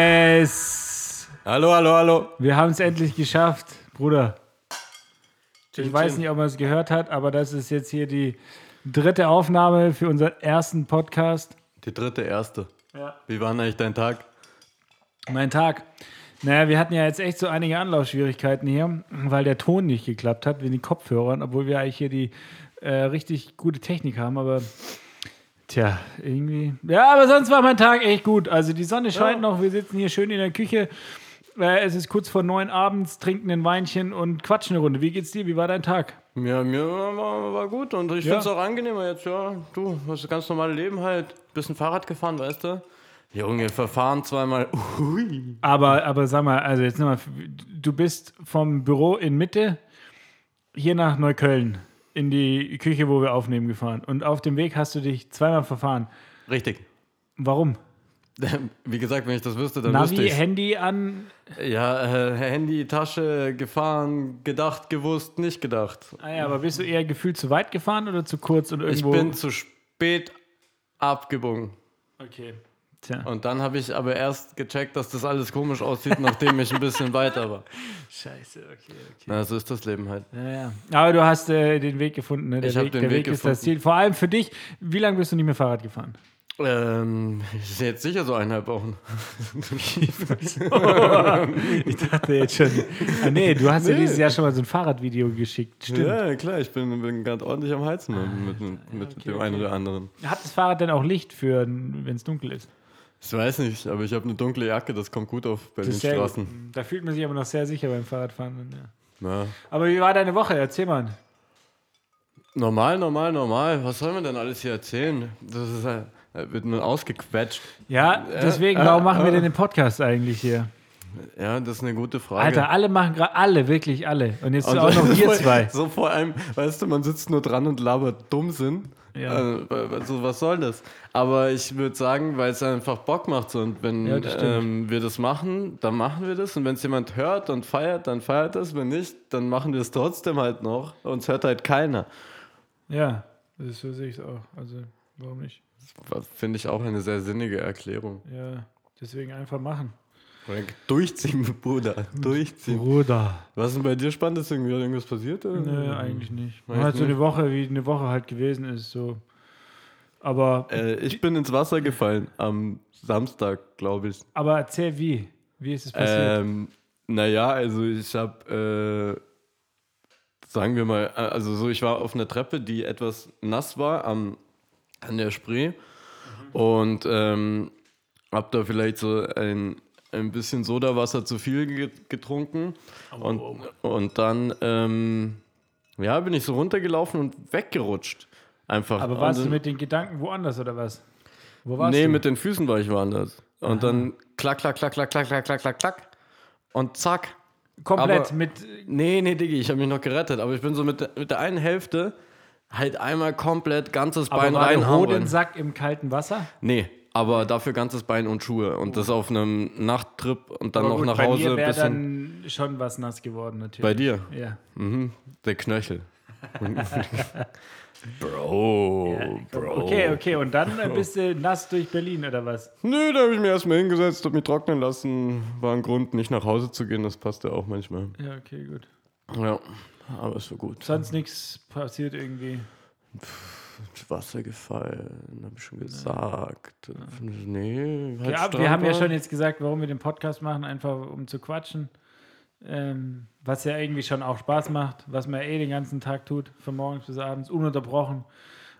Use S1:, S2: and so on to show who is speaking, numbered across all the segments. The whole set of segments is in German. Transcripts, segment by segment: S1: Yes!
S2: Hallo, hallo, hallo.
S1: Wir haben es endlich geschafft, Bruder. Ich
S2: Chin,
S1: weiß
S2: chin.
S1: nicht, ob man es gehört hat, aber das ist jetzt hier die dritte Aufnahme für unseren ersten Podcast.
S2: Die dritte, erste.
S1: Ja.
S2: Wie war denn eigentlich dein Tag?
S1: Mein Tag. Naja, wir hatten ja jetzt echt so einige Anlaufschwierigkeiten hier, weil der Ton nicht geklappt hat, wegen den Kopfhörern, obwohl wir eigentlich hier die äh, richtig gute Technik haben, aber tja, irgendwie. Ja, aber sonst war mein Tag echt gut. Also die Sonne scheint noch, wir sitzen hier schön in der Küche. Äh, es ist kurz vor neun abends, trinken ein Weinchen und quatschen eine Runde. Wie geht's dir? Wie war dein Tag?
S2: Ja, mir war, war gut und ich
S1: Ja.
S2: find's auch angenehmer jetzt, ja. Du, hast das ganz normale Leben halt. Bisschen Fahrrad gefahren, weißt du? Junge, verfahren zweimal. Ui.
S1: Aber, aber sag mal, also jetzt nochmal, du bist vom Büro in Mitte hier nach Neukölln in die Küche, wo wir aufnehmen, gefahren. Und auf dem Weg hast du dich zweimal verfahren.
S2: Richtig.
S1: Warum?
S2: Wie gesagt, wenn ich das wüsste, dann wüsste
S1: Navi,
S2: ich.
S1: Handy an.
S2: Ja, äh, Handy, Tasche, gefahren, gedacht, gewusst, nicht gedacht.
S1: Ah ja, aber bist du eher gefühlt zu weit gefahren oder zu kurz und
S2: Ich
S1: irgendwo?
S2: bin zu spät abgebogen.
S1: Okay. Tja.
S2: Und dann habe ich aber erst gecheckt, dass das alles komisch aussieht, nachdem ich ein bisschen weiter war.
S1: Scheiße, okay, okay.
S2: Na, so ist das Leben halt.
S1: Ja, ja. Aber du hast äh, den Weg gefunden, ne? Der
S2: Ich hab
S1: Weg,
S2: den
S1: der Weg,
S2: Weg
S1: ist das
S2: gefunden.
S1: Ziel. Vor allem für dich, wie lange bist du nicht mehr Fahrrad gefahren?
S2: Ähm, ich sehe jetzt sicher so eineinhalb Wochen.
S1: Ich dachte jetzt schon. Ah, nee, du hast ja
S2: Nee.
S1: dieses Jahr schon mal so ein Fahrradvideo geschickt. Stimmt.
S2: Ja, klar, ich bin, bin ganz ordentlich am Heizen mit, mit, mit
S1: Ah, okay,
S2: dem einen oder anderen.
S1: Hat das Fahrrad denn auch Licht für, wenn es dunkel ist?
S2: Ich weiß nicht, aber ich habe eine dunkle Jacke, das kommt gut auf
S1: Das ist
S2: Berlins
S1: sehr
S2: Straßen.
S1: gut. Da fühlt man sich aber noch sehr sicher beim Fahrradfahren. Ja.
S2: Na,
S1: Aber wie war deine Woche? Erzähl mal.
S2: normal, normal, normal. Was soll man denn alles hier erzählen? Das ist halt, da wird nur ausgequetscht.
S1: Ja, deswegen,
S2: äh,
S1: warum machen wir
S2: äh.
S1: denn den Podcast eigentlich hier?
S2: Ja, das ist eine gute Frage.
S1: Alter, alle machen gerade, alle, wirklich alle. Und jetzt
S2: Und
S1: auch noch wir
S2: vor-
S1: zwei.
S2: So vor allem, weißt du, man sitzt nur dran und labert Dummsinn.
S1: Ja.
S2: Äh, Also, was soll das? Aber ich würde sagen, weil es einfach Bock macht. So. Und wenn
S1: Ja, das stimmt.
S2: ähm, wir das machen, dann machen wir das. Und wenn es jemand hört und feiert, dann feiert das. Wenn nicht, dann machen wir es trotzdem halt noch. Uns hört halt keiner.
S1: Ja, das so sehe ich es auch. Also, warum nicht?
S2: Das Finde ich auch eine sehr sinnige Erklärung.
S1: Ja, deswegen einfach machen.
S2: Frank, Durchziehen, Bruder. Durchziehen.
S1: Bruder.
S2: Was ist denn bei dir spannendes? Irgendwie hat irgendwas passiert? oder?
S1: Nö, eigentlich nicht.
S2: Weiß
S1: Halt so
S2: nicht.
S1: eine Woche, wie eine Woche halt gewesen ist, so. Aber,
S2: Äh, ich bin ins Wasser gefallen am Samstag, glaube ich.
S1: aber erzähl wie. Wie ist es passiert?
S2: Ähm, naja, also ich habe, äh, sagen wir mal, äh, also so, ich war auf einer Treppe, die etwas nass war am, an der Spree
S1: Mhm.
S2: und ähm, habe da vielleicht so ein, ein bisschen Sodawasser zu viel ge- getrunken und, und dann, ähm, ja, bin ich so runtergelaufen und weggerutscht. Einfach.
S1: Aber
S2: Und
S1: warst du
S2: dann-
S1: mit den Gedanken woanders oder was? Wo warst
S2: nee,
S1: du?
S2: mit den Füßen war ich woanders. Und dann klack, klack, klack, klack, klack, klack, klack, klack, klack. Und zack.
S1: Komplett
S2: aber-
S1: mit.
S2: Nee, nee, Diggi, ich habe mich noch gerettet. Aber ich bin so mit, der- mit der einen Hälfte halt einmal komplett ganzes
S1: Aber
S2: Bein
S1: war
S2: rein.
S1: der
S2: Arm rein.
S1: Hodensack im kalten Wasser?
S2: Nee, aber dafür ganzes Bein und Schuhe. Und das auf einem Nachttrip und dann
S1: Aber
S2: noch
S1: gut,
S2: nach
S1: bei
S2: Hause
S1: mir
S2: ein
S1: wäre
S2: bisschen.
S1: dann schon was nass geworden, natürlich.
S2: Bei dir?
S1: Ja.
S2: Mhm, der Knöchel. Bro, Bro.
S1: Okay, okay. Und dann äh, bist du nass durch Berlin oder was?
S2: Nö, da habe ich mich erstmal hingesetzt, habe mich trocknen lassen. War ein Grund, nicht nach Hause zu gehen. Das passte auch manchmal.
S1: Ja, okay, gut.
S2: Ja, aber es war gut.
S1: Sonst nichts passiert irgendwie.
S2: Ins Wasser gefallen, habe ich schon gesagt. Nee, halt
S1: Ja, wir haben ja schon jetzt gesagt, warum wir den Podcast machen, einfach um zu quatschen. Ähm, was ja irgendwie schon auch Spaß macht, was man ja eh den ganzen Tag tut, von morgens bis abends, ununterbrochen.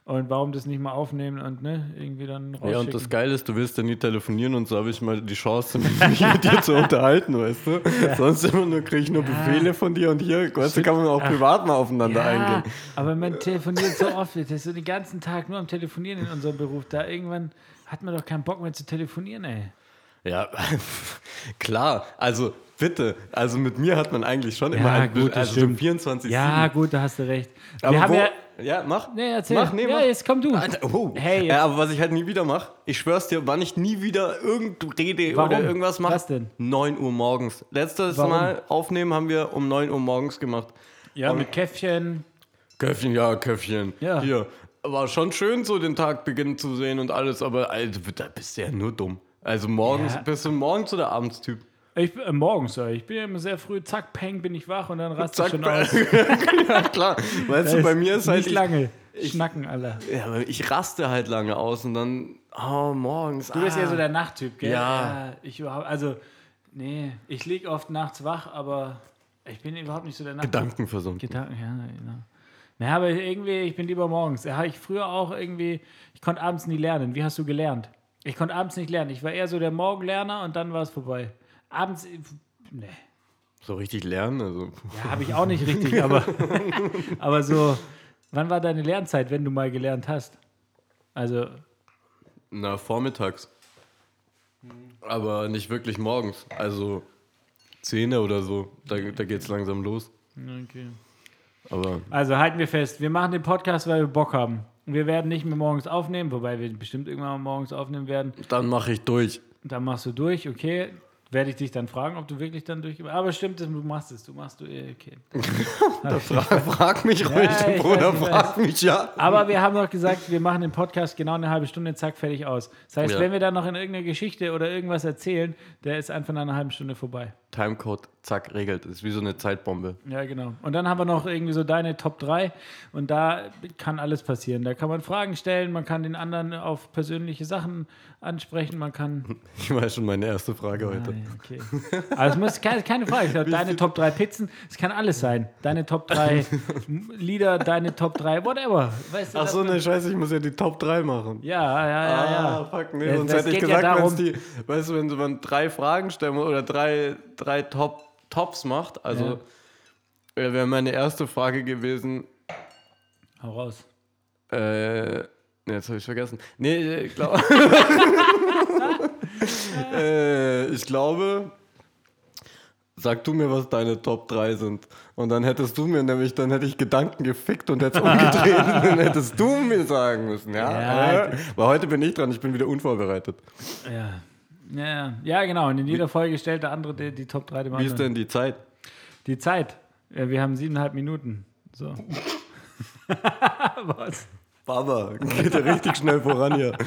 S1: Und warum das nicht mal aufnehmen und ne, irgendwie dann rausschicken.
S2: Ja, und das Geile ist, du willst ja nie telefonieren und so habe ich mal die Chance, mich mit dir zu unterhalten, weißt du? Sonst immer nur kriege ich nur Befehle von dir und hier, weißt du, kann man auch privat mal aufeinander
S1: ja,
S2: eingehen.
S1: aber man telefoniert so oft, das ist so den ganzen Tag nur am Telefonieren in unserem Beruf. Da irgendwann hat man doch keinen Bock mehr zu telefonieren, ey.
S2: Ja, klar, also bitte, also mit mir hat man eigentlich schon
S1: Ja,
S2: immer ein
S1: gut, das
S2: also so
S1: stimmt.
S2: 24
S1: Ja, gut, da hast du recht.
S2: Aber
S1: Hm. wir haben
S2: wo-
S1: ja,
S2: Ja, mach.
S1: Nee, erzähl.
S2: Mach, nee,
S1: ja,
S2: mach.
S1: jetzt komm du.
S2: Alter, oh.
S1: Hey,
S2: ja, aber was ich halt nie wieder mache, ich schwör's dir, wann ich nie wieder irgendeine Rede
S1: Warum?
S2: oder irgendwas mache.
S1: Was denn?
S2: 9 Uhr morgens. Letztes
S1: Warum?
S2: Mal aufnehmen haben wir um 9 Uhr morgens gemacht.
S1: ja, mit Käffchen.
S2: Köpfchen, ja, Köpfchen.
S1: Ja.
S2: Hier. War schon schön, so den Tag beginnen zu sehen und alles, aber Alter, da bist du ja nur dumm. Also morgens,
S1: Ja.
S2: bist du morgens oder abends Typ?
S1: Ich, äh, morgens, ja. ich bin ja immer sehr früh, zack, peng, bin ich wach und dann raste ich
S2: Zack,
S1: schon
S2: bang.
S1: aus.
S2: ja, klar. Weißt du, bei mir ist halt.
S1: Nicht
S2: Ich,
S1: lange. Schnacken, Alter.
S2: ja, aber ich raste halt lange aus und dann, oh, morgens.
S1: Du bist ja so der Nachttyp, gell?
S2: Ja.
S1: Ich überhaupt, also, nee, ich lieg oft nachts wach, aber ich bin überhaupt nicht so der Nachttyp.
S2: Gedanken versunken.
S1: Gedanken, ja, genau. Na, aber irgendwie, ich bin lieber morgens. Ja, ich früher auch irgendwie, ich konnte abends nie lernen. Wie hast du gelernt? Ich konnte abends nicht lernen. Ich war eher so der Morgenlerner und dann war es vorbei. Abends, äh, nee.
S2: So richtig lernen, also.
S1: Ja, habe ich auch nicht richtig, aber, aber so, wann war deine Lernzeit, wenn du mal gelernt hast? Also,
S2: Na, vormittags. Aber nicht wirklich morgens. Also Zähne oder so. Da, da geht's langsam los. Aber
S1: Also halten wir fest, wir machen den Podcast, weil wir Bock haben. Und Wir werden nicht mehr morgens aufnehmen, wobei wir bestimmt irgendwann mal morgens aufnehmen werden.
S2: dann mache ich durch.
S1: Und Dann machst du durch, okay. Werde ich dich dann fragen, ob du wirklich dann durch. Aber stimmt, du machst es, du machst du, eh, okay.
S2: Frag, frag mich ruhig,
S1: ich
S2: Bruder,
S1: weiß, ich
S2: frag mich ja.
S1: Aber wir haben doch gesagt, wir machen den Podcast genau eine halbe Stunde, zack, fertig aus. Das heißt,
S2: Ja.
S1: wenn wir dann noch in irgendeiner Geschichte oder irgendwas erzählen, der ist einfach nach einer halben Stunde vorbei.
S2: Timecode, zack, regelt. Ist wie so eine Zeitbombe.
S1: Ja, genau. Und dann haben wir noch irgendwie so deine Top 3 und da kann alles passieren. Da kann man Fragen stellen, man kann den anderen auf persönliche Sachen ansprechen, man kann.
S2: Ich weiß schon meine erste Frage heute.
S1: Nein, okay. Aber es muss keine, keine Frage. Ich glaub, deine Top 3 Pizzen, es kann alles sein. Deine Top 3 M- Lieder, deine Top 3, whatever. Weißt du,
S2: Ach so,
S1: das-
S2: ne Scheiße, ich muss ja die Top 3 machen.
S1: Ja, ja, ja,
S2: Ah,
S1: ja.
S2: fuck, nee,
S1: Ja,
S2: sonst
S1: das
S2: hätte ich
S1: geht ja
S2: gesagt, wenn's
S1: darum-
S2: die, weißt du, wenn so man drei Fragen stellen muss oder drei, drei Top, Tops macht, also äh, wäre meine erste Frage gewesen, Ah.
S1: Hau raus.
S2: äh, nee, jetzt habe ich vergessen. Nee, ich glaube, äh, ich glaube, sag du mir, was deine Top 3 sind. Und dann hättest du mir nämlich, dann hätte ich Gedanken gefickt und hätte es umgedreht. und dann hättest du mir sagen müssen, ja.
S1: Ja,
S2: äh, weil heute bin ich dran, ich bin wieder unvorbereitet.
S1: Ja. Ja, ja. ja, genau. Und in jeder Folge stellt der andere die, die Top 3 dem
S2: Wie ist
S1: anderen.
S2: denn die Zeit?
S1: Die Zeit. Ja, wir haben siebeneinhalb Minuten. So. Was?
S2: Baba, geht ja richtig schnell voran hier.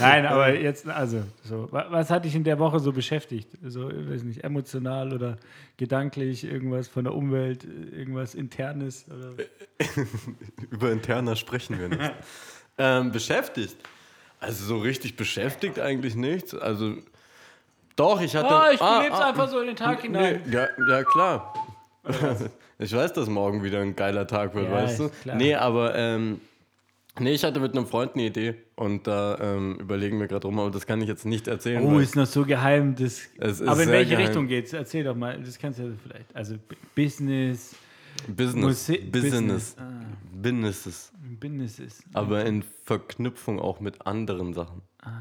S1: Nein,
S2: Ähm.
S1: aber jetzt, also, so, wa- was hat dich in der Woche so beschäftigt? So, ich weiß nicht, emotional oder gedanklich, irgendwas von der Umwelt, äh, irgendwas Internes? Oder?
S2: Äh, Über Interna sprechen wir nicht. ähm, beschäftigt. Also so richtig beschäftigt eigentlich nichts. Also doch, ich hatte.
S1: Ah, ich
S2: ah,
S1: belebe es
S2: ah,
S1: einfach so in den Tag hinein.
S2: Nee, ja, ja, klar. ich weiß, dass morgen wieder ein geiler Tag wird,
S1: Ja,
S2: weißt du?
S1: ist klar.
S2: Nee, aber ähm, nee, ich hatte mit einem Freund eine Idee und da ähm, überlegen wir gerade rum, aber das kann ich jetzt nicht erzählen.
S1: Oh,
S2: weil-
S1: ist noch so geheim. Das,
S2: Es ist
S1: aber in
S2: sehr
S1: welche
S2: geheim.
S1: Richtung geht's? Erzähl doch mal, das kannst du ja vielleicht. Also B- Business,
S2: Business.
S1: Musi-
S2: Business.
S1: Business, ah.
S2: Businesses.
S1: Business ist.
S2: Aber in Verknüpfung auch mit anderen Sachen.
S1: Alter,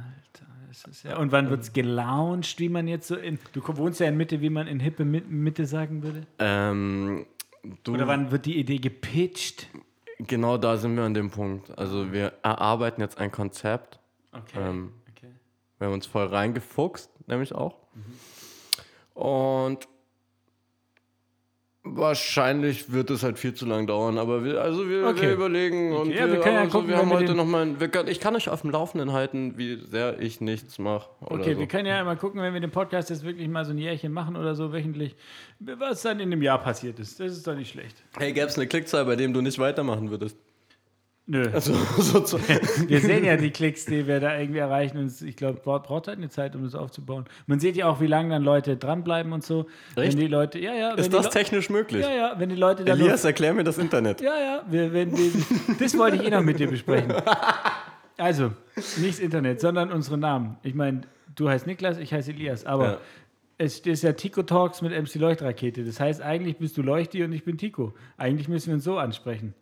S1: das ist ja. Und wann wird's gelauncht, wie man jetzt so in. Du wohnst ja in Mitte, wie man in hippe Mi- Mitte sagen würde.
S2: Ähm, du,
S1: Oder wann wird die Idee gepitcht?
S2: Genau da sind wir an dem Punkt. Also wir erarbeiten jetzt ein Konzept.
S1: Okay.
S2: Ähm,
S1: okay.
S2: Wir haben uns voll reingefuchst, nämlich auch. Und wahrscheinlich wird es halt viel zu lang dauern, aber wir, also wir, wir
S1: Okay.
S2: überlegen und
S1: ja, wir können ja
S2: aber
S1: gucken,
S2: wir
S1: wenn
S2: haben
S1: wir
S2: heute
S1: den-
S2: noch mal, ein- wir können, ich kann euch auf dem Laufenden halten, wie sehr ich nichts mache.
S1: Okay,
S2: so.
S1: wir können ja mal gucken, wenn wir den Podcast jetzt wirklich mal so ein Jährchen machen oder so wöchentlich, was dann in dem Jahr passiert ist. Das ist doch nicht schlecht.
S2: Hey, gäbe es eine Klickzahl, bei dem du nicht weitermachen würdest?
S1: Nö.
S2: Also, so zu,
S1: Wir sehen ja die Klicks, die wir da irgendwie erreichen. Und ich glaube, braucht, braucht halt eine Zeit, um das aufzubauen. Man sieht ja auch, wie lange dann Leute dranbleiben und so.
S2: Echt?
S1: Wenn die Leute, ja, ja. wenn
S2: ist
S1: die
S2: das
S1: Leu-
S2: technisch möglich?
S1: Ja, ja, wenn die Leute dann.
S2: Elias, erklär mir das Internet.
S1: Ja, ja, wir, wenn die, das wollte ich eh noch mit dir besprechen. Also, nichts Internet, sondern unsere Namen. Ich meine, du heißt Niklas, ich heiße Elias, aber
S2: Ja.
S1: es ist ja Tico Talks mit MC Leuchtrakete. Das heißt, eigentlich bist du Leuchti und ich bin Tico. Eigentlich müssen wir uns so ansprechen.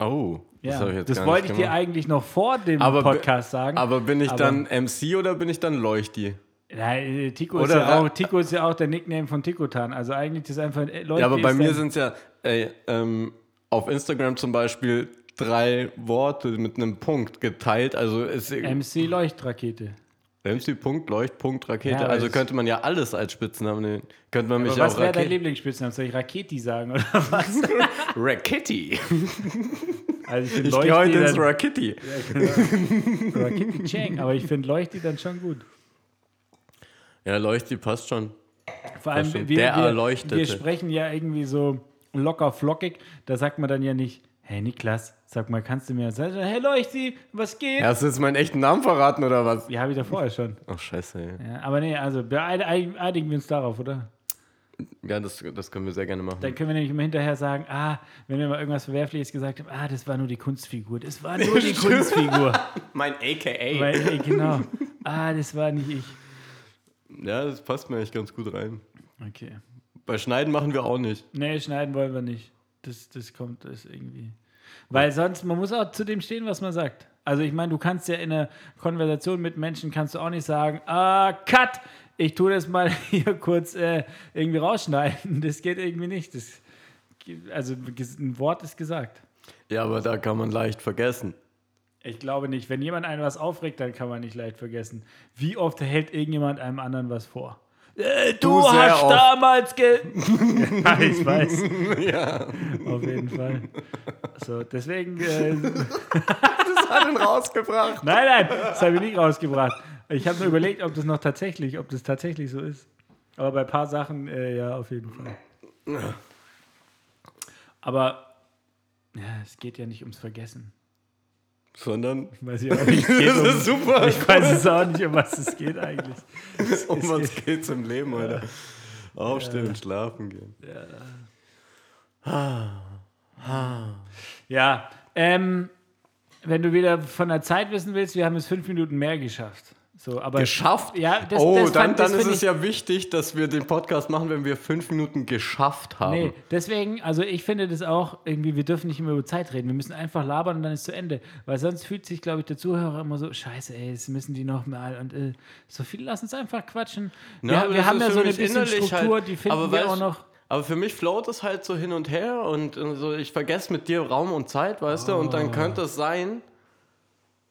S2: Oh,
S1: Ja,
S2: hab
S1: das,
S2: ich jetzt gar
S1: wollte
S2: nicht
S1: ich
S2: gemacht.
S1: dir eigentlich noch vor dem
S2: Aber be-
S1: Podcast sagen.
S2: Aber bin ich
S1: Aber-
S2: dann MC oder bin ich dann Leuchti?
S1: Ja, äh, Tico, ist
S2: Oder
S1: ja
S2: Ra-
S1: auch, Tico ist ja auch der Nickname von Tikotan. Also eigentlich ist einfach äh, Leute.
S2: Ja, aber
S1: die
S2: bei
S1: es
S2: mir
S1: dann-
S2: sind es ja ey, ähm, auf Instagram zum Beispiel drei Worte mit einem Punkt geteilt. Also ist
S1: MC Leuchtrakete.
S2: MC Punkt, Leuchtpunkt, Rakete.
S1: Ja, aber
S2: also
S1: es-
S2: könnte man ja alles als Spitznamen nehmen. Könnte man mich
S1: Aber
S2: ja
S1: was
S2: auch
S1: wäre dein
S2: Rakete.
S1: Lieblingsspitzname? Soll ich Raketi sagen oder was?
S2: Raketti.
S1: Also ich finde
S2: Ich gehe heute ins
S1: dann,
S2: Raketti.
S1: Raketi Chang, aber ich finde Leuchti dann schon gut.
S2: Ja, Leuchti passt schon.
S1: Vor allem,
S2: stimmt.
S1: wir,
S2: Der
S1: wir,
S2: Erleuchtete.
S1: wir sprechen ja irgendwie so locker flockig. Da sagt man dann ja nicht, hey Niklas, sag mal, kannst du mir sagen, hey Leuchti, was geht? Ja,
S2: Hast du jetzt meinen echten Namen verraten oder was?
S1: habe ich da vorher schon.
S2: Ach, scheiße. ey.
S1: Ja, aber nee, also beeinigen einigen wir uns darauf, oder?
S2: Ja, das, das können wir sehr gerne machen.
S1: Dann können wir nämlich immer hinterher sagen, ah, wenn wir mal irgendwas Verwerfliches gesagt haben, ah, das war nur die Kunstfigur, das war nur die Kunstfigur.
S2: Mein AKA.
S1: Weil, ey, genau. Ah, das war nicht ich.
S2: ja, das passt mir eigentlich ganz gut rein.
S1: Okay.
S2: Bei Schneiden machen wir auch nicht.
S1: Nee, schneiden wollen wir nicht. Das, das kommt das irgendwie. Weil sonst, man muss auch zu dem stehen, was man sagt. Also ich meine, du kannst ja in einer Konversation mit Menschen, kannst du auch nicht sagen, ah, cut, ich tue das mal hier kurz äh, irgendwie rausschneiden. Das geht irgendwie nicht. Das, geht- also ges- ein Wort ist gesagt.
S2: Ja, aber da kann man leicht vergessen.
S1: Ich glaube nicht. Wenn jemand einen was aufregt, dann kann man nicht leicht vergessen. Wie oft hält irgendjemand einem anderen was vor? Äh, du,
S2: Du sehr
S1: hast
S2: oft.
S1: damals ge. ja, ich weiß. Auf jeden Fall. So, deswegen. Äh,
S2: Das hat ihn rausgebracht.
S1: nein, nein, das habe ich nicht rausgebracht. Ich habe nur überlegt, ob das noch tatsächlich, ob das tatsächlich so ist. Aber bei ein paar Sachen, äh, ja, auf jeden Fall. Aber ja, es geht ja nicht ums Vergessen.
S2: Sondern.
S1: Weiß ich auch nicht. Es geht
S2: Das
S1: um,
S2: ist super.
S1: ich weiß es auch nicht, um was es geht eigentlich.
S2: um was geht's im Leben, Alter? Aufstehen und schlafen gehen.
S1: Ja, ähm, wenn du wieder von der Zeit wissen willst, wir haben es fünf Minuten mehr geschafft. So, aber
S2: Geschafft?
S1: Ja, das-
S2: oh,
S1: das
S2: dann,
S1: fand- das
S2: dann ist
S1: find
S2: es
S1: ich-
S2: ja wichtig, dass wir den Podcast machen, wenn wir fünf Minuten geschafft haben. Ne?
S1: nee, deswegen, also ich finde das auch irgendwie, wir dürfen nicht immer über Zeit reden. Wir müssen einfach labern und dann ist zu Ende. Weil sonst fühlt sich, glaube ich, der Zuhörer immer so, scheiße, ey, jetzt müssen die nochmal und äh, so viel, lass uns einfach quatschen.
S2: Ja,
S1: wir
S2: aber
S1: wir
S2: das
S1: haben
S2: ist
S1: ja
S2: für
S1: so eine
S2: mich
S1: bisschen
S2: innerlich halt.
S1: Struktur, die finden
S2: aber
S1: wir
S2: weißt-
S1: auch noch.
S2: Aber für mich float es halt so hin und her und äh, so, ich vergesse mit dir Raum und Zeit, weißt du, und
S1: Ah.
S2: dann könnte es sein,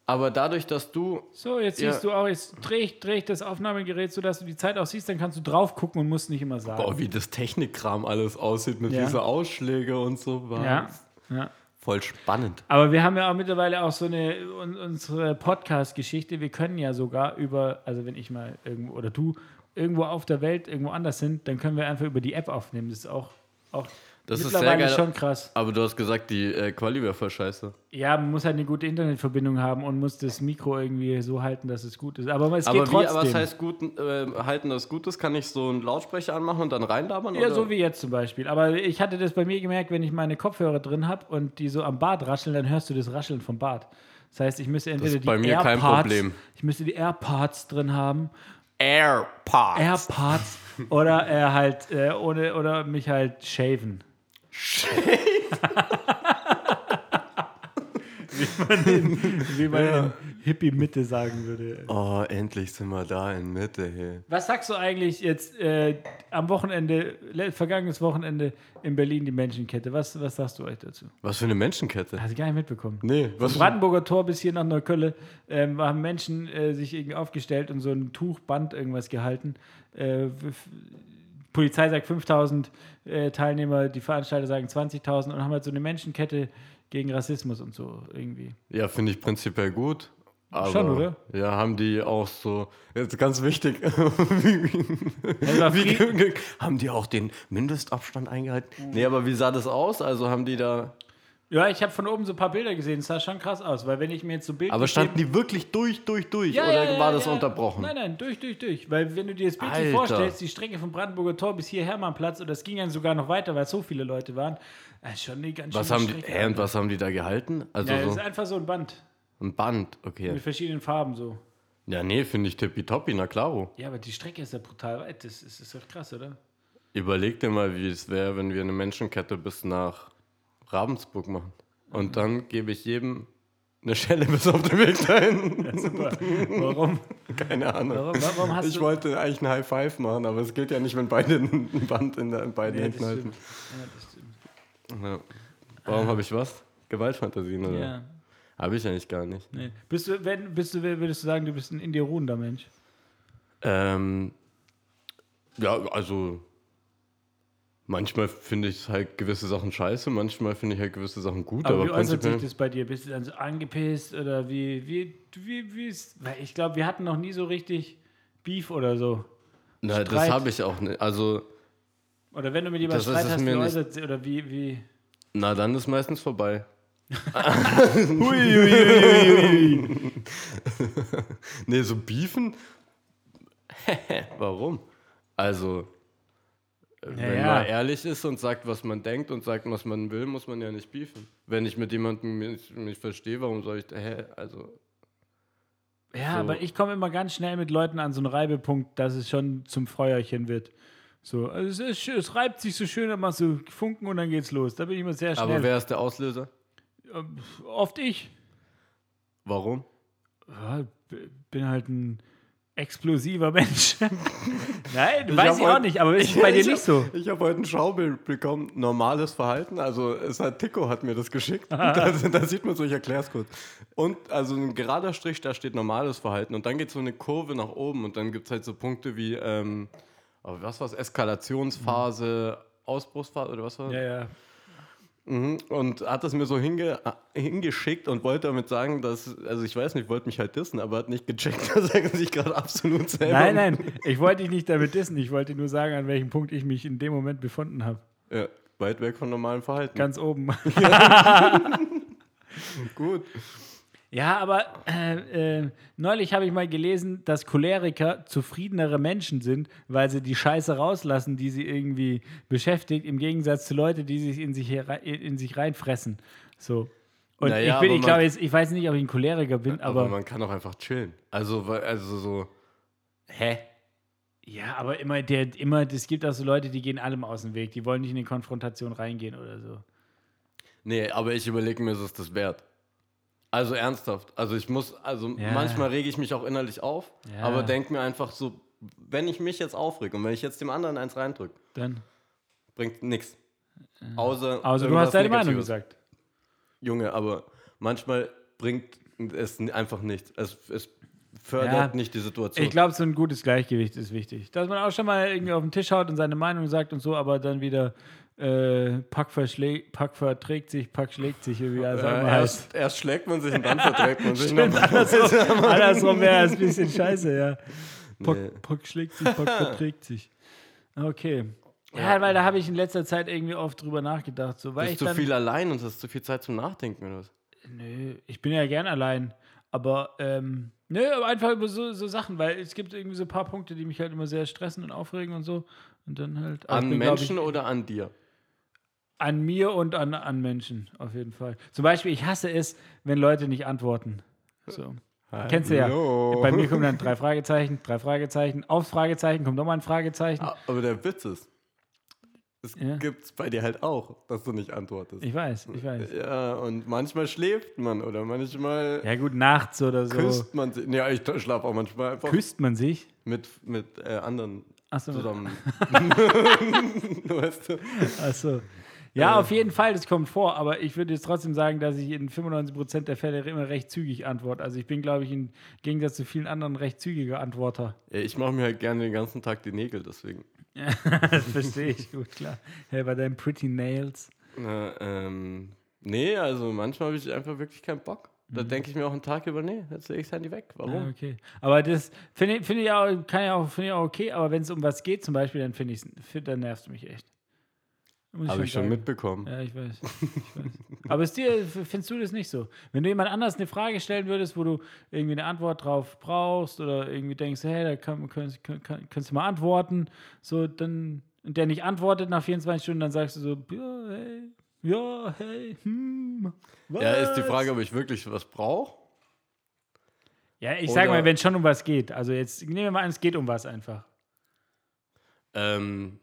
S2: aber dadurch, dass du.
S1: So, jetzt
S2: Ja.
S1: siehst du auch, jetzt drehe ich, dreh ich das Aufnahmegerät, sodass du die Zeit auch siehst, dann kannst du drauf gucken und musst nicht immer sagen.
S2: Boah, wie das Technikkram alles aussieht mit
S1: Ja.
S2: diesen Ausschläge und so. War
S1: ja, ja.
S2: Voll spannend.
S1: Aber wir haben ja auch mittlerweile auch so eine un, unsere Podcast-Geschichte. Wir können ja sogar über, also wenn ich mal irgendwo oder du irgendwo auf der Welt irgendwo anders sind, dann können wir einfach über die App aufnehmen. Das ist auch, auch
S2: Das ist
S1: mittlerweile
S2: sehr geil.
S1: schon krass.
S2: Aber du hast gesagt, die äh, Quali wäre voll scheiße.
S1: Ja, man muss halt eine gute Internetverbindung haben und muss das Mikro irgendwie so halten, dass es gut ist. Aber es
S2: Aber
S1: geht
S2: wie,
S1: trotzdem.
S2: was heißt gut, äh, halten das gut ist? Kann ich so einen Lautsprecher anmachen und dann reinlabern?
S1: ja,
S2: oder?
S1: so wie jetzt zum Beispiel. Aber ich hatte das bei mir gemerkt, wenn ich meine Kopfhörer drin habe und die so am Bart rascheln, dann hörst du das Rascheln vom Bart. Das heißt, ich müsste entweder
S2: ist
S1: die
S2: bei mir kein
S1: AirPods-
S2: Problem.
S1: ich müsste die AirPods drin haben
S2: AirPods.
S1: AirPods oder äh, halt äh, ohne oder mich halt shaven. Shaven? wie man in, wie man in Hippie-Mitte sagen würde.
S2: oh, endlich sind wir da in Mitte. Hey.
S1: Was sagst du eigentlich jetzt äh, am Wochenende, le- vergangenes Wochenende in Berlin, die Menschenkette? Was, was sagst du euch dazu?
S2: Was für eine Menschenkette.
S1: Hast du gar nicht mitbekommen.
S2: Nee, was
S1: Brandenburger Tor bis hier nach Neukölle ähm, haben Menschen äh, sich irgendwie aufgestellt und so ein Tuchband irgendwas gehalten. Äh, w- f- Polizei sagt 5000 äh, Teilnehmer, die Veranstalter sagen 20.000 und haben halt so eine Menschenkette gegen Rassismus und so irgendwie.
S2: Ja, finde ich prinzipiell gut. Aber,
S1: Schon, oder?
S2: Ja, haben die auch so. Jetzt ganz wichtig.
S1: Also war
S2: wie,
S1: Fried-
S2: haben die auch den Mindestabstand
S1: Mhm.
S2: eingehalten? Nee, aber wie sah das aus? Also haben die da.
S1: ja, ich habe von oben so ein paar Bilder gesehen, das sah schon krass aus, weil wenn ich mir jetzt so ein Bild.
S2: Aber
S1: bestelle-
S2: standen die wirklich durch, durch, durch?
S1: Ja,
S2: oder
S1: ja, ja,
S2: war das
S1: ja.
S2: unterbrochen?
S1: Nein, nein, durch, durch, durch. Weil wenn du dir das Bild hier
S2: Alter.
S1: vorstellst, die Strecke vom Brandenburger Tor bis hier Hermannplatz und das ging dann sogar noch weiter, weil so viele Leute waren, das ist schon eine ganz
S2: Was
S1: schöne
S2: haben die,
S1: Strecke.
S2: hä, und was haben die da gehalten? Also
S1: Ja, das ist
S2: so
S1: einfach so ein Band
S2: ein Band,
S1: mit
S2: okay.
S1: verschiedenen Farben so.
S2: Ja, nee, finde ich tippitoppi, na klaro.
S1: Ja, aber die Strecke ist ja brutal weit. Das ist, ist doch krass, oder?
S2: Überleg dir mal, wie es wäre, wenn wir
S1: Mhm.
S2: eine Menschenkette bis nach Ravensburg machen. Und dann gebe ich jedem eine Schelle bis auf den Weg dahin.
S1: Super. Warum?
S2: Keine Ahnung.
S1: Warum, warum hast
S2: ich
S1: du.
S2: wollte eigentlich einen High Five machen, aber es geht ja nicht, wenn beide ein Band in, der, in beiden
S1: Nee, das
S2: Händen halten.
S1: stimmt. Ja, das stimmt.
S2: Ja. Warum habe ich was? Gewaltfantasien, oder?
S1: Ja,
S2: Habe ich eigentlich gar nicht.
S1: nee. Bist du, wenn, bist du, würdest du sagen, du bist ein in dir ruhender Mensch?
S2: Ähm, ja, also manchmal finde ich halt gewisse Sachen scheiße, manchmal finde ich halt gewisse Sachen gut,
S1: Aber
S2: aber,
S1: wie äußert sich
S2: prinzipiell.
S1: das bei dir? Bist du dann so angepisst oder wie, wie, wie, wie ist, weil ich glaube, wir hatten noch nie so richtig Beef oder so.
S2: Na, das
S1: Streit.
S2: habe ich auch nicht. Also,
S1: Oder wenn du mit jemandem
S2: Das ist
S1: Streit
S2: es
S1: hast, wie
S2: mir nicht.
S1: äußert sie- oder wie, wie.
S2: na, dann ist meistens vorbei. Nee, so beefen? Warum? Also, wenn
S1: ja.
S2: man ehrlich ist und sagt, was man denkt und sagt, was man will, muss man ja nicht beefen. Wenn ich mit jemandem mich, mich verstehe, warum soll ich. Hä? Also,
S1: Ja,
S2: So.
S1: aber ich komme immer ganz schnell mit Leuten an so einen Reibepunkt, dass es schon zum Feuerchen wird. So, also es, ist, schön- es reibt sich so schön, dann machst du Funken und dann geht's los. Da bin ich immer sehr
S2: aber
S1: schnell.
S2: wer ist der Auslöser?
S1: Ähm, Oft ich.
S2: Warum?
S1: Ja, b- bin halt ein explosiver Mensch. Nein,
S2: Ich
S1: weiß
S2: hab
S1: ich auch
S2: heute-
S1: nicht, aber ist es bei dir
S2: Ich hab-
S1: nicht so?
S2: Ich habe heute ein Schaubild bekommen, normales Verhalten. Also es hat Tico hat mir das geschickt. da, da sieht man so, ich erkläre es kurz. Und also ein gerader Strich, da steht normales Verhalten. Und dann geht so eine Kurve nach oben und dann gibt es halt so Punkte wie, ähm, aber was war es, Eskalationsphase, Ausbruchsphase oder was war
S1: Ja, ja.
S2: Mhm. Und hat das mir so hinge hingeschickt und wollte damit sagen, dass, also ich weiß nicht, wollte mich halt dissen, aber hat nicht gecheckt, dass er sich gerade absolut selber.
S1: Nein, nein, ich wollte dich nicht damit dissen. Ich wollte nur sagen, an welchem Punkt ich mich in dem Moment befunden habe.
S2: Ja, weit weg von normalem Verhalten.
S1: Ganz oben.
S2: gut.
S1: Ja, aber äh, äh, neulich habe ich mal gelesen, dass Choleriker zufriedenere Menschen sind, weil sie die Scheiße rauslassen, die sie irgendwie beschäftigt, im Gegensatz zu Leuten, die sich in sich, herei- in sich reinfressen. So. Und
S2: Naja,
S1: ich bin,
S2: aber
S1: ich
S2: man-
S1: glaube, jetzt- ich weiß nicht, ob ich ein Choleriker bin,
S2: Aber,
S1: aber,
S2: man kann auch einfach chillen. Also, weil- also so. Hä?
S1: ja, aber immer der, immer, es gibt auch so Leute, die gehen allem aus dem Weg, die wollen nicht in eine Konfrontation reingehen oder so.
S2: Nee, aber ich überlege mir, ist es das wert? Also ernsthaft. Also ich muss, also
S1: Ja.
S2: manchmal rege ich mich auch innerlich auf,
S1: Ja.
S2: aber denke mir einfach so, wenn ich mich jetzt aufrege und wenn ich jetzt dem anderen eins reindrücke,
S1: Dann.
S2: bringt nichts. Außer,
S1: Also du
S2: irgendwas
S1: hast deine Meinung
S2: Negatives.
S1: gesagt.
S2: Junge, aber manchmal bringt es n- einfach nichts. Es, es fördert
S1: Ja.
S2: nicht die Situation.
S1: Ich glaube, so ein gutes Gleichgewicht ist wichtig. Dass man auch schon mal irgendwie auf den Tisch haut und seine Meinung sagt und so, aber dann wieder äh, Pack, verschlä- Pack verträgt sich, Pack schlägt sich irgendwie. Also
S2: äh,
S1: heißt.
S2: erst, erst schlägt man sich und dann verträgt man sich.
S1: Stimmt,
S2: nochmal.
S1: andersrum, andersrum wäre es ein bisschen scheiße, ja. Pack,
S2: Nee.
S1: Pack schlägt sich, Pack verträgt sich. Okay. Ja, weil da habe ich in letzter Zeit irgendwie oft drüber nachgedacht. So, weil
S2: Du
S1: ich
S2: bist zu
S1: dann,
S2: viel allein und hast zu viel Zeit zum Nachdenken oder was?
S1: Nö, Äh, ich bin ja gern allein. Aber, ähm, nö, aber einfach über so, so Sachen, weil es gibt irgendwie so ein paar Punkte, die mich halt immer sehr stressen und aufregen und so. Und dann halt. aber ich
S2: An
S1: bin, glaub
S2: Menschen
S1: Ich,
S2: oder an dir?
S1: an mir und an, an Menschen, auf jeden Fall. Zum Beispiel, ich hasse es, wenn Leute nicht antworten. So. Kennst du ja.
S2: Hallo.
S1: Bei mir kommen dann drei Fragezeichen, drei Fragezeichen, aufs Fragezeichen kommt nochmal ein Fragezeichen.
S2: A- Ah, Aber der Witz ist, es
S1: Ja.
S2: gibt's bei dir halt auch, dass du nicht antwortest.
S1: Ich weiß, ich weiß.
S2: Ja, und manchmal schläft man oder manchmal
S1: Ja, gut, nachts oder so.
S2: küsst man sich. Ja, ich schlafe auch manchmal einfach
S1: Küsst man sich?
S2: mit, mit äh, anderen
S1: Achso,
S2: zusammen. weißt du?
S1: Achso. Ja, auf jeden Fall, das kommt vor, aber ich würde jetzt trotzdem sagen, dass ich in 95% der Fälle immer recht zügig antworte. Also ich bin, glaube ich, im Gegensatz zu vielen anderen recht zügiger Antworter.
S2: Ja, ich mache mir halt gerne den ganzen Tag die Nägel, deswegen.
S1: das verstehe ich gut, klar. Hey, bei deinen Pretty Nails.
S2: Na, ähm, nee, also manchmal habe ich einfach wirklich keinen Bock. Da denke ich mir auch einen Tag über, nee, jetzt lege ich das Handy weg.
S1: Mhm. Ja,
S2: Warum?
S1: Ah, okay. Aber das finde ich, finde ich, auch, kann ich auch, finde ich auch okay, aber wenn es um was geht zum Beispiel, dann finde ich es, dann nervst du mich echt. Muss
S2: Habe ich schon
S1: sagen.
S2: mitbekommen.
S1: Ja, ich weiß. Ich weiß. Aber ist dir, f- findest du das nicht so? Wenn du jemand anders eine Frage stellen würdest, wo du irgendwie eine Antwort drauf brauchst oder irgendwie denkst, hey, da kann, könntest, könnt- könnt- könntest du mal antworten, so, dann, und der nicht antwortet nach 24 Stunden, dann sagst du so, ja, hey, ja, hey, hm, was?
S2: Ja, ist die Frage, ob ich wirklich was brauche.
S1: Ja, ich sag
S2: Oder-
S1: mal, wenn es schon um was geht. Also jetzt nehmen wir mal an, es geht um was einfach.
S2: Ähm,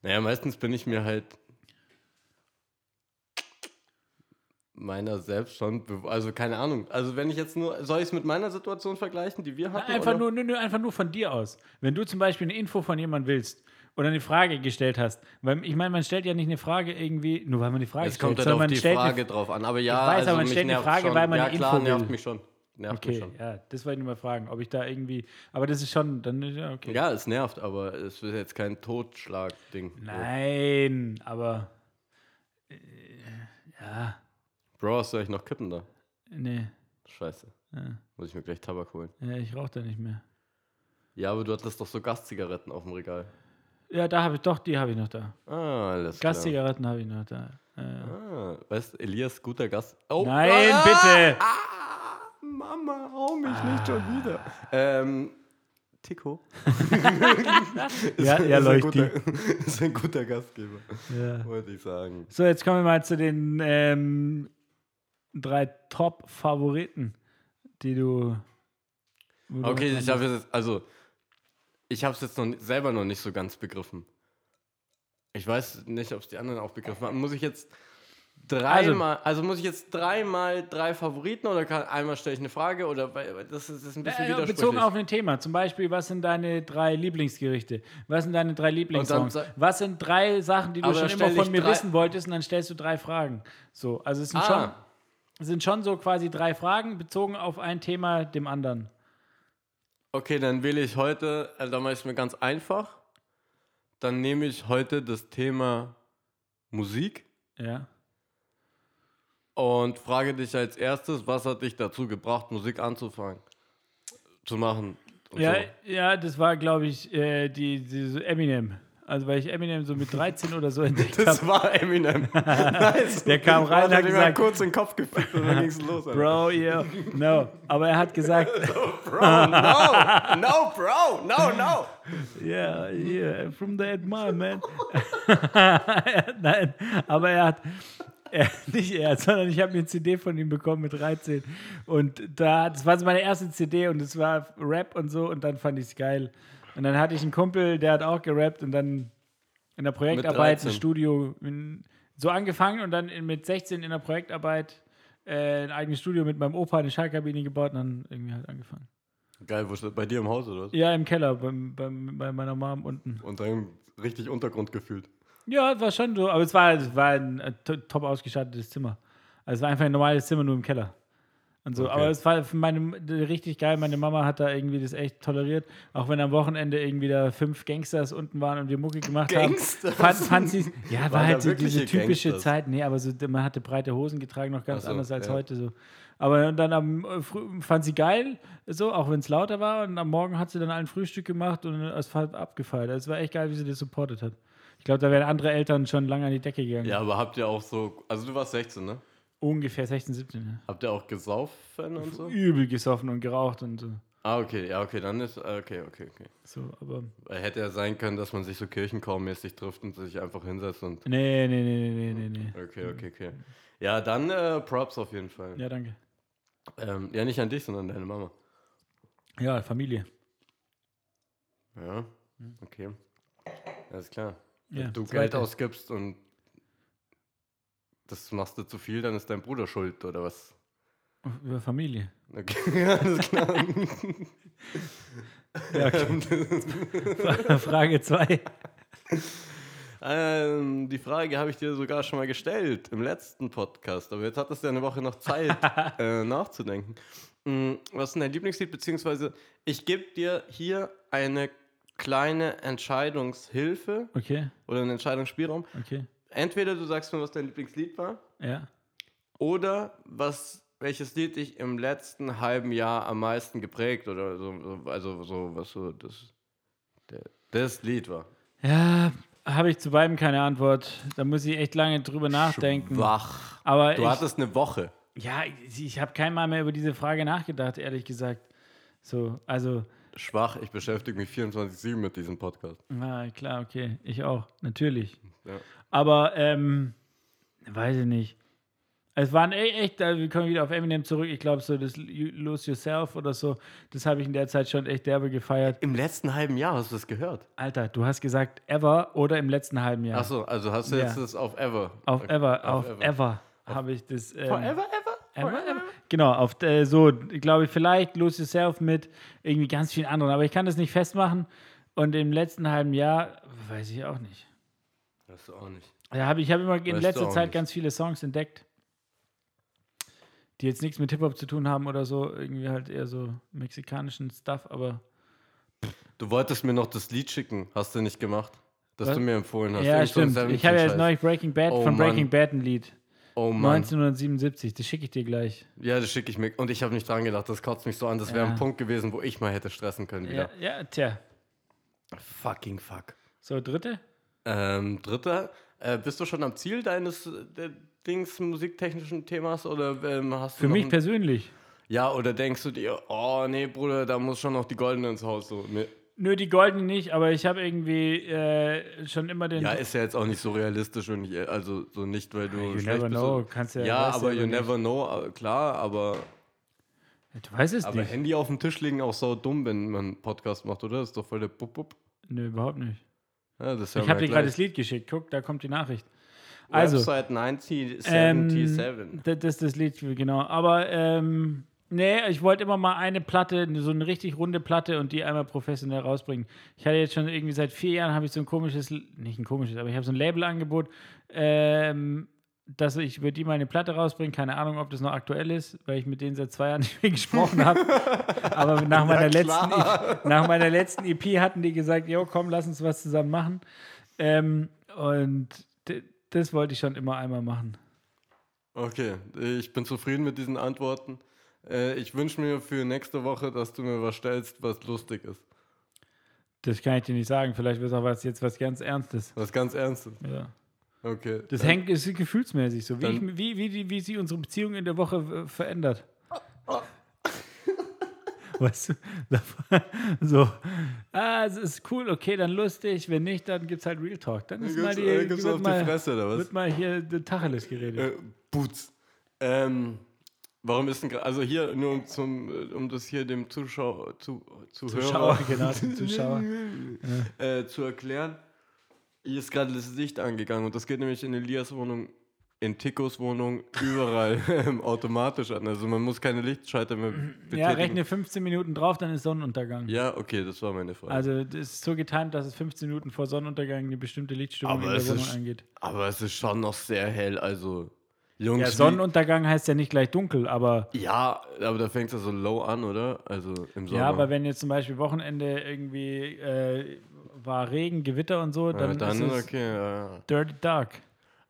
S2: naja, meistens bin ich mir halt. meiner selbst schon, be- also keine Ahnung. Also wenn ich jetzt nur, soll ich es mit meiner Situation vergleichen, die wir hatten?
S1: Einfach
S2: oder?
S1: nur, nur, nur, einfach nur von dir aus. Wenn du zum Beispiel eine Info von jemandem willst oder eine Frage gestellt hast, weil ich meine, man stellt ja nicht eine Frage irgendwie, nur weil man die Frage
S2: Es
S1: stellt,
S2: kommt halt
S1: sondern
S2: auf
S1: man
S2: die
S1: stellt eine-
S2: Frage drauf an. Aber ja,
S1: Ich weiß,
S2: also
S1: aber man
S2: mich
S1: stellt eine
S2: nervt
S1: Frage,
S2: schon.
S1: weil man
S2: Ja
S1: eine
S2: klar,
S1: Info
S2: nervt
S1: will.
S2: mich schon. Nervt mich
S1: Okay,
S2: schon.
S1: ja, das wollte ich nur mal fragen, ob ich da irgendwie, aber das ist schon, dann, ja, okay.
S2: Ja, es nervt, aber es ist jetzt kein Totschlag-Ding.
S1: Nein, aber, äh, ja,
S2: Bro, was soll ich noch kippen da?
S1: nee,
S2: Scheiße.
S1: Ja.
S2: Muss ich mir gleich Tabak holen.
S1: ja, ich rauche da nicht mehr.
S2: Ja, aber du hattest doch so Gastzigaretten auf dem Regal.
S1: Ja, da habe ich, doch, die habe ich noch da.
S2: Ah, alles klar.
S1: Gaszigaretten habe ich noch da. Äh,
S2: Ah, weißt du, Elias, guter Gast. Oh,
S1: Nein,
S2: ah,
S1: bitte! Ah.
S2: Mama, hau mich nicht schon wieder. Ähm, Tico.
S1: ja, ja,
S2: ist ein
S1: leuchtet.
S2: guter- Ist ein guter Gastgeber,
S1: Ja.
S2: wollte ich sagen.
S1: So, jetzt kommen wir mal zu den ähm, drei Top-Favoriten, die du. wo du- Äh,
S2: Okay, ich habe jetzt, also, ich habe es jetzt noch, ni- selber noch nicht so ganz begriffen. Ich weiß nicht, ob es die anderen auch begriffen haben. Muss ich jetzt dreimal, also, muss ich jetzt dreimal drei Favoriten oder kann, einmal stelle ich eine Frage oder weil- weil das ist, das ist ein bisschen
S1: Äh,
S2: widersprüchlich.
S1: Bezogen auf ein Thema. Zum Beispiel, was sind deine drei Lieblingsgerichte? Was sind deine drei Lieblingssongs?
S2: sag-
S1: Was sind drei Sachen, die du
S2: Aber
S1: schon
S2: dann
S1: immer
S2: stell
S1: von
S2: ich
S1: mir
S2: drei-
S1: wissen wolltest? Und dann stellst du drei Fragen. So, also es sind,
S2: ah,
S1: schon, sind schon so quasi drei Fragen bezogen auf ein Thema dem anderen.
S2: okay, dann wähle ich heute, also dann mache ich es mir ganz einfach. Dann nehme ich heute das Thema Musik
S1: Ja.
S2: und frage dich als erstes, was hat dich dazu gebracht, Musik anzufangen, zu machen? und
S1: Ja,
S2: so.
S1: ja, das war, glaube ich, äh, die, die so Eminem. Also, weil ich Eminem so mit 13 oder so entdeckt habe.
S2: Das war Eminem. nice.
S1: Der kam rein und
S2: Mann,
S1: hat
S2: ihm
S1: gesagt-
S2: mal kurz in den Kopf gefickt und dann ging's los. Alter.
S1: Bro, yeah, no. Aber er hat gesagt,
S2: Bro, no, no, bro, no, no.
S1: yeah, yeah, from the admire, man. Nein, aber er hat, er, nicht er, sondern ich habe eine CD von ihm bekommen mit 13. Und da, das war so meine erste CD und es war Rap und so und dann fand ich es geil. Und dann hatte ich einen Kumpel, der hat auch gerappt und dann in der Projektarbeit im
S2: 13.
S1: Studio in, so angefangen und dann in, mit 16 in der Projektarbeit äh, ein eigenes Studio mit meinem Opa eine Schallkabine gebaut und dann irgendwie halt angefangen.
S2: Geil, wo ist das? Bei dir im Haus oder was?
S1: Ja, im Keller, beim, beim, bei meiner Mom unten.
S2: Und dann richtig Untergrund gefühlt.
S1: Ja, war schon so, aber es war, es war ein äh, to- top ausgestattetes Zimmer. Also es war einfach ein normales Zimmer, nur im Keller. Und so.
S2: Okay.
S1: Aber es war für meine, richtig geil, meine Mama hat da irgendwie das echt toleriert, auch wenn am Wochenende irgendwie da fünf Gangsters unten waren und wir Mucke gemacht
S2: Gangsters?
S1: haben. Fand, fand sie's, ja, war
S2: Waren
S1: halt
S2: da
S1: so diese
S2: wirkliche
S1: typische
S2: Gangsters?
S1: Zeit, nee, aber so, man hatte breite Hosen getragen, noch ganz
S2: Ach so,
S1: anders als
S2: ja.
S1: heute so. Aber dann am äh, früh fand sie geil, so, auch wenn es lauter war. Und am Morgen hat sie dann ein Frühstück gemacht und es war abgefeiert. Also es war echt geil, wie sie das supportet hat. Ich glaube, da wären andere Eltern schon lange an die Decke gegangen.
S2: Ja, aber habt ihr auch so, also du warst 16, ne?
S1: Ungefähr 16, 17.
S2: Habt ihr auch gesaufen und
S1: Ja.
S2: so?
S1: Übel gesoffen und geraucht und so.
S2: Ah, okay, ja, okay, dann ist, ah, okay, okay, okay.
S1: so aber
S2: Weil Hätte ja sein können, dass man sich so kirchenkaummäßig trifft und sich einfach hinsetzt und,
S1: nee, nee, nee, nee, nee, nee, nee.
S2: okay, okay, okay. Ja, dann äh, Props auf jeden Fall.
S1: Mhm. Ja, danke.
S2: Ähm, ja, nicht an dich, sondern an deine Mama.
S1: Ja, Familie.
S2: Ja, okay. Alles klar.
S1: Mhm. Ja,
S2: Wenn du
S1: zweite.
S2: Geld ausgibst und das machst du zu viel, dann ist dein Bruder schuld, oder was?
S1: Oh, Über Familie.
S2: Okay, alles klar.
S1: Ja, okay. Frage 2.
S2: ähm, die Frage habe ich dir sogar schon mal gestellt im letzten Podcast, aber jetzt hattest du ja eine Woche noch Zeit äh, nachzudenken. Mm, Was ist denn dein Lieblingslied? Beziehungsweise, ich gebe dir hier eine kleine Entscheidungshilfe
S1: Okay,
S2: oder einen Entscheidungsspielraum.
S1: okay.
S2: Entweder du sagst mir, was dein Lieblingslied war,
S1: Ja.
S2: Oder was, welches Lied dich im letzten halben Jahr am meisten geprägt oder so, so- also so, was so das, der, das Lied war.
S1: Ja, habe ich zu beiden keine Antwort. Da muss ich echt lange drüber nachdenken.
S2: Wach.
S1: Aber
S2: Du
S1: ich,
S2: hattest eine Woche.
S1: ja, ich, ich habe keinmal mehr über diese Frage nachgedacht, ehrlich gesagt. So, also,
S2: Schwach, ich beschäftige mich 24-7 mit diesem Podcast.
S1: na klar, okay, ich auch, natürlich.
S2: Ja.
S1: Aber, ähm, weiß ich nicht. Es waren e- echt, also wir kommen wieder auf Eminem zurück. Ich glaube, so das You- Lose Yourself oder so, das habe ich in der Zeit schon echt derbe gefeiert.
S2: Im letzten halben Jahr hast du das gehört.
S1: Alter, du hast gesagt ever oder im letzten halben Jahr.
S2: Achso, also hast du jetzt
S1: Ja.
S2: das auf Ever.
S1: Auf ever, auf, ever. habe ich das. ähm,
S2: Forever, ever?
S1: Ever, ever. Genau, auf äh, so, glaube ich, vielleicht Lose Yourself mit irgendwie ganz vielen anderen, aber ich kann das nicht festmachen. Und im letzten halben Jahr, weiß ich auch nicht.
S2: Weißt du auch nicht.
S1: Ja, hab, ich habe immer in
S2: du
S1: letzter
S2: auch
S1: Zeit
S2: nicht.
S1: ganz viele Songs entdeckt, die jetzt nichts mit Hip-Hop zu tun haben oder so. Irgendwie halt eher so mexikanischen Stuff, aber.
S2: Du wolltest mir noch das Lied schicken, hast du nicht gemacht. Das
S1: Was?
S2: du mir empfohlen hast.
S1: ja,
S2: Irgend so ein
S1: stimmt. Ich habe ja jetzt
S2: 17
S1: neulich Breaking Bad
S2: Oh,
S1: von Breaking
S2: Mann.
S1: Bad ein Lied.
S2: Scheiß. Oh Mann.
S1: 1977, das schicke ich dir gleich.
S2: Ja, das schicke ich mir. Und ich habe nicht dran gedacht, das kotzt mich so an. Das wäre
S1: Ja.
S2: ein Punkt gewesen, wo ich mal hätte stressen können
S1: Ja,
S2: wieder.
S1: ja, tja.
S2: Fucking fuck.
S1: So, dritte?
S2: Ähm, dritter, äh, bist du schon am Ziel deines äh, Dings musiktechnischen Themas oder ähm, hast du
S1: Für
S2: noch
S1: mich
S2: ein-
S1: persönlich.
S2: Ja, oder denkst du dir, oh nee, Bruder, da muss schon noch die Goldene ins Haus. So, nee.
S1: Nö, die goldene nicht, aber ich habe irgendwie äh, schon immer den.
S2: Ja, ist ja jetzt auch nicht so realistisch, wenn ich, äh, also so nicht, weil du
S1: you
S2: schlecht
S1: never
S2: bist.
S1: know. Kannst ja,
S2: Ja,
S1: weißt
S2: aber
S1: ja
S2: you
S1: nicht.
S2: never know, äh, klar, aber,
S1: Du weißt es
S2: aber
S1: nicht.
S2: Handy auf dem Tisch legen auch so dumm, wenn man einen Podcast macht, oder? Das ist doch voll der Bub, Bub.
S1: Nö, überhaupt nicht.
S2: Ja, das hören
S1: Ich habe
S2: wir
S1: dir gerade
S2: gleich.
S1: das Lied geschickt. Guck, da kommt die Nachricht. Also,
S2: Website 1977.
S1: ähm, das das ist das Lied, genau. Aber, ähm, nee, ich wollte immer mal eine Platte, so eine richtig runde Platte und die einmal professionell rausbringen. Ich hatte jetzt schon irgendwie seit vier Jahren habe ich so ein komisches, nicht ein komisches, aber ich habe so ein Labelangebot, ähm, dass ich über die mal eine Platte rausbringe. Keine Ahnung, ob das noch aktuell ist, weil ich mit denen seit zwei Jahren nicht mehr gesprochen habe. Aber nach meiner, letzten, E nach meiner letzten EP hatten die gesagt, jo, komm, lass uns was zusammen machen. Ähm, und d- das wollte ich schon immer einmal machen.
S2: Okay, ich bin zufrieden mit diesen Antworten. Äh, Ich wünsche mir für nächste Woche, dass du mir was stellst, was lustig ist.
S1: Das kann ich dir nicht sagen. Vielleicht wird es auch was, jetzt was ganz Ernstes.
S2: Was ganz Ernstes.
S1: Ja.
S2: Okay.
S1: Das
S2: dann-
S1: hängt ist gefühlsmäßig so. Wie,
S2: Dann-
S1: ich, wie, wie, die, wie sie unsere Beziehung in der Woche äh, verändert. Weißt du, davon- so, ah, es ist cool, okay, dann lustig, wenn nicht, dann gibt's halt Real Talk. Dann ist
S2: Gibt's-
S1: mal die,
S2: äh, gibt's
S1: wird
S2: auf die
S1: mal,
S2: Fresse, oder was?
S1: Wird mal hier der Tacheles geredet.
S2: Äh, Boots. Ähm, warum ist denn gerade. Also hier, nur um, zum, äh, um das hier dem Zuschauer, zu,
S1: Zuschauer,
S2: Zuhörer
S1: genau, zum Zuschauer.
S2: äh, zu erklären. Hier ist gerade das Licht angegangen und das geht nämlich in Elias Wohnung, in Tikos Wohnung, überall ähm, automatisch an. Also man muss keine Lichtschalter mehr betätigen.
S1: Ja, rechne 15 Minuten drauf, dann ist Sonnenuntergang.
S2: Ja, okay, das war meine Frage.
S1: Also das ist so getimt, dass es 15 Minuten vor Sonnenuntergang eine bestimmte Lichtstimmung
S2: Aber
S1: in der
S2: es
S1: Wohnung
S2: ist-
S1: angeht.
S2: Aber es ist schon noch sehr hell, also Jungs.
S1: Ja,
S2: wie-
S1: Sonnenuntergang heißt ja nicht gleich dunkel, aber
S2: ja, aber da fängt es ja so low an, oder? Also im Sommer.
S1: ja, aber wenn jetzt zum Beispiel Wochenende irgendwie äh, war Regen, Gewitter und so,
S2: Ja,
S1: Äh, dann,
S2: dann
S1: ist es
S2: okay, ja. ja.
S1: dirty dark.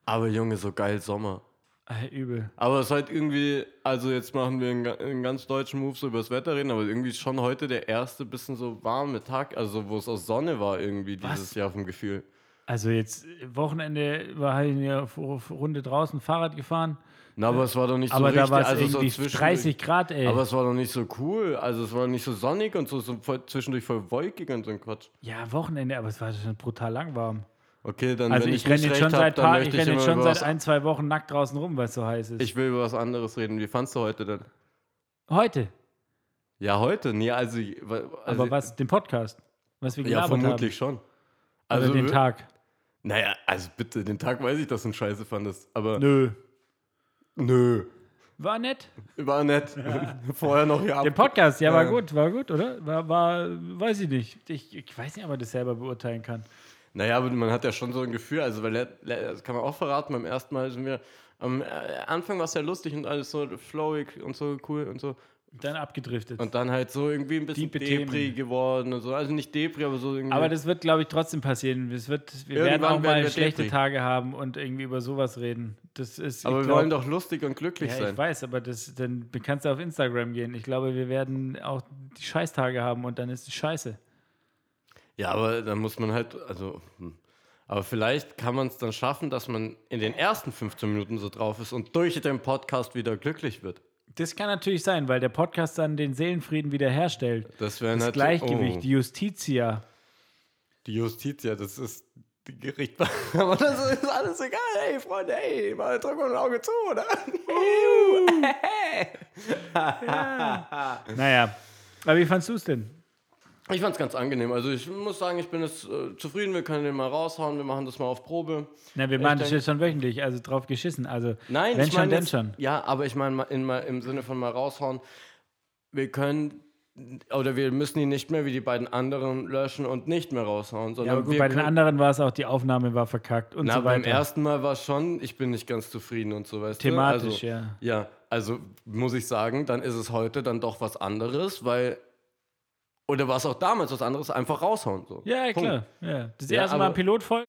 S2: Aber Junge, so geil Sommer.
S1: Ah, übel.
S2: Aber es ist halt irgendwie, also jetzt machen wir einen, ga- einen ganz deutschen Move so über das Wetter reden, aber irgendwie ist schon heute der erste bisschen so warme Tag, also wo es auch Sonne war irgendwie dieses Jahr vom Gefühl.
S1: Also jetzt äh, Wochenende war halt eine Runde draußen Fahrrad gefahren,
S2: Na, aber es war doch nicht
S1: aber
S2: so richtig,
S1: da war es
S2: also so
S1: irgendwie
S2: zwischen-
S1: 30 Grad, ey.
S2: Aber es war doch nicht so cool, also es war nicht so sonnig und so, so voll, zwischendurch voll wolkig und so ein Quatsch.
S1: ja, Wochenende, aber es war schon brutal lang warm.
S2: Okay, dann
S1: Also
S2: wenn
S1: ich,
S2: ich,
S1: renne
S2: nicht
S1: jetzt
S2: recht
S1: schon
S2: hab,
S1: seit
S2: dann
S1: paar,
S2: möchte
S1: ich
S2: ich,
S1: renne
S2: immer
S1: jetzt schon
S2: über was,
S1: seit ein, zwei Wochen nackt draußen rum, weil es so heiß ist.
S2: ich will über was anderes reden. Wie fandst du heute denn?
S1: Heute.
S2: Ja, heute, nee, also, wa- also
S1: Aber was, den Podcast? Was wir
S2: ja,
S1: gelabert
S2: vermutlich schon. Also
S1: haben? Oder den
S2: wir-
S1: Tag?
S2: Naja, also bitte, den Tag weiß ich, dass du ihn scheiße fandest, aber
S1: Nö.
S2: nö,
S1: War nett.
S2: war nett. Vorher noch hier ab.
S1: Der Podcast, ja, war
S2: Ja.
S1: gut, war gut, oder? War, war weiß ich nicht. Ich, ich weiß nicht, ob man das selber beurteilen kann.
S2: Naja, aber man hat ja schon so ein Gefühl, also weil le- le- das kann man auch verraten, beim ersten Mal sind wir am äh, Anfang war es ja lustig und alles so flowig und so cool und so.
S1: Dann abgedriftet.
S2: Und dann halt so irgendwie ein bisschen
S1: Diepe
S2: Depri
S1: Themen.
S2: geworden und so. Also nicht Depri, aber so irgendwie.
S1: aber das wird, glaube ich, trotzdem passieren. Es wird, wir
S2: Irgendwann
S1: werden auch
S2: werden
S1: mal
S2: wir
S1: schlechte
S2: Depri.
S1: Tage haben und irgendwie über sowas reden. Das ist.
S2: aber
S1: ich
S2: wir
S1: glaub-
S2: wollen doch lustig und glücklich
S1: Ja, ich
S2: sein.
S1: weiß, aber das, dann kannst du auf Instagram gehen. Ich glaube, wir werden auch die Scheißtage haben und dann ist es scheiße.
S2: Ja, aber dann muss man halt, also. hm. Aber vielleicht kann man es dann schaffen, dass man in den ersten 15 Minuten so drauf ist und durch den Podcast wieder glücklich wird.
S1: Das kann natürlich sein, weil der Podcast dann den Seelenfrieden wiederherstellt.
S2: Das wäre
S1: Das
S2: natürlich.
S1: Gleichgewicht,
S2: Oh.
S1: die Justitia.
S2: Die Justitia, das ist die Gericht. Aber das ist alles egal. Hey, Freunde, hey, mal drück mal ein Auge zu, oder?
S1: Naja, aber wie fandst du es denn?
S2: Ich fand es ganz angenehm. Also ich muss sagen, ich bin jetzt äh, zufrieden. Wir können den mal raushauen. Wir machen das mal auf Probe.
S1: Na, wir machen
S2: Äh, Ich
S1: das
S2: denk-
S1: jetzt schon wöchentlich, also drauf geschissen. Also,
S2: Nein,
S1: wenn
S2: ich
S1: schon,
S2: meine
S1: denn
S2: jetzt-
S1: schon.
S2: Ja, aber ich meine mal in, mal im Sinne von mal raushauen. Wir können oder wir müssen ihn nicht mehr wie die beiden anderen löschen und nicht mehr raushauen,
S1: Ja,
S2: sondern
S1: aber gut,
S2: wir
S1: bei den
S2: können-
S1: anderen war es auch, die Aufnahme war verkackt und
S2: Na,
S1: so weiter.
S2: beim ersten Mal war schon, ich bin nicht ganz zufrieden und so weißt du.
S1: Thematisch,
S2: Also,
S1: ja.
S2: Ja, also muss ich sagen, dann ist es heute dann doch was anderes, weil oder war es auch damals was anderes, einfach raushauen so.
S1: Ja,
S2: Punkt.
S1: klar. Ja. Das
S2: Ja,
S1: erste Mal
S2: aber-
S1: Pilotfolge.